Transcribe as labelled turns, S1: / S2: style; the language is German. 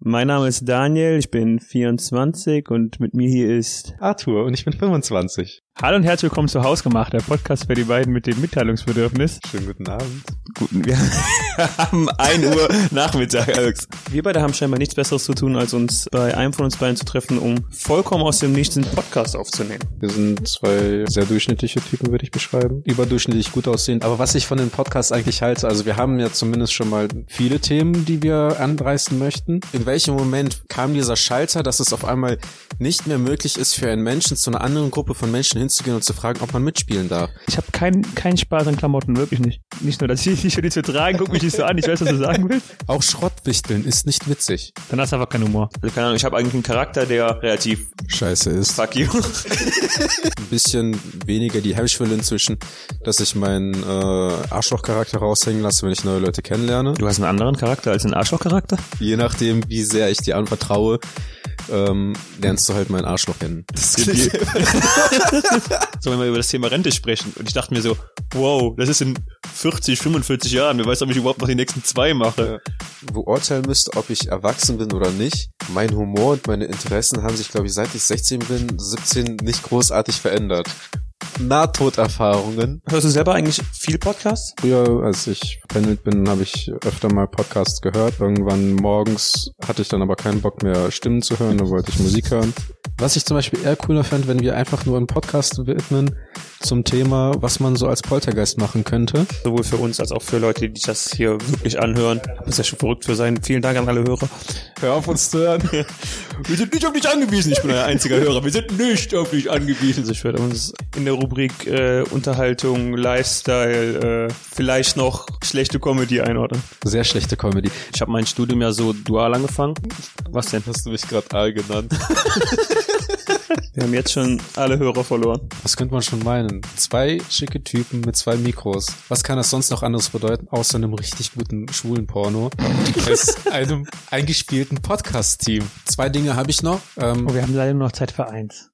S1: Mein Name ist Daniel, ich bin 24 und mit mir hier ist.
S2: Arthur und ich bin 25.
S1: Hallo und herzlich willkommen zu Hausgemacht, der Podcast für die beiden mit dem Mitteilungsbedürfnis.
S2: Schönen guten Abend.
S1: Guten, wir haben 1 Uhr nachmittags. Wir beide haben scheinbar nichts Besseres zu tun, als uns bei einem von uns beiden zu treffen, um vollkommen aus dem Nichts einen Podcast aufzunehmen.
S2: Wir sind zwei sehr durchschnittliche Typen, würde ich beschreiben. Überdurchschnittlich gut aussehen. Aber was ich von den Podcasts eigentlich halte, also wir haben ja zumindest schon mal viele Themen, die wir anreißen möchten. In welchem Moment kam dieser Schalter, dass es auf einmal nicht mehr möglich ist für einen Menschen zu einer anderen Gruppe von Menschen hinzugehen und zu fragen, ob man mitspielen darf?
S1: Ich habe keinen keinen Spaß an Klamotten, wirklich nicht. Nicht nur, dass ich dich für die zu tragen, guck mich nicht so an, ich weiß, was du sagen willst.
S2: Auch Schrottwichteln ist nicht witzig.
S1: Dann hast du einfach keinen Humor. Also keine Ahnung, ich habe eigentlich einen Charakter, der relativ
S2: Scheiße ist.
S1: fuck you.
S2: ein bisschen weniger die Hemmschwelle inzwischen, dass ich meinen äh, Arschlochcharakter raushängen lasse, wenn ich neue Leute kennenlerne.
S1: Du hast einen anderen Charakter als einen Arschlochcharakter?
S2: Je nachdem, wie sehr ich dir anvertraue, ähm, lernst du halt meinen Arschloch kennen.
S1: So, wenn wir über das Thema Rente sprechen. Und ich dachte mir so, wow, das ist in 40, 45 Jahren. Wer weiß, ob ich überhaupt noch die nächsten zwei mache.
S2: Beurteilen müsst, ob ich erwachsen bin oder nicht. Mein Humor und meine Interessen haben sich, glaube ich, seit ich 16 bin, 17 nicht großartig verändert. Nahtoderfahrungen.
S1: Hörst du selber eigentlich viel Podcasts?
S2: Früher, als ich pendelt bin, habe ich öfter mal Podcasts gehört. Irgendwann morgens hatte ich dann aber keinen Bock mehr, Stimmen zu hören, da wollte ich Musik hören. Was ich zum Beispiel eher cooler fände, wenn wir einfach nur einen Podcast widmen zum Thema, was man so als Poltergeist machen könnte.
S1: Sowohl für uns als auch für Leute, die das hier wirklich anhören. Da muss ja schon verrückt für sein. Vielen Dank an alle Hörer.
S2: Hör auf uns zu hören.
S1: Wir sind nicht auf dich angewiesen. Ich bin euer einziger Hörer. Wir sind nicht auf dich angewiesen. Also ich werde uns in der Rubrik äh, Unterhaltung, Lifestyle, äh, vielleicht noch schlechte Comedy einordnen.
S2: Sehr schlechte Comedy.
S1: Ich habe mein Studium ja so dual angefangen. Was denn?
S2: Hast du mich gerade Aal genannt?
S1: Wir haben jetzt schon alle Hörer verloren.
S2: Was könnte man schon meinen? Zwei schicke Typen mit zwei Mikros. Was kann das sonst noch anderes bedeuten, außer einem richtig guten schwulen Porno? als einem eingespielten Podcast-Team. Zwei Dinge habe ich noch. Ähm,
S1: wir haben leider nur noch Zeit für eins.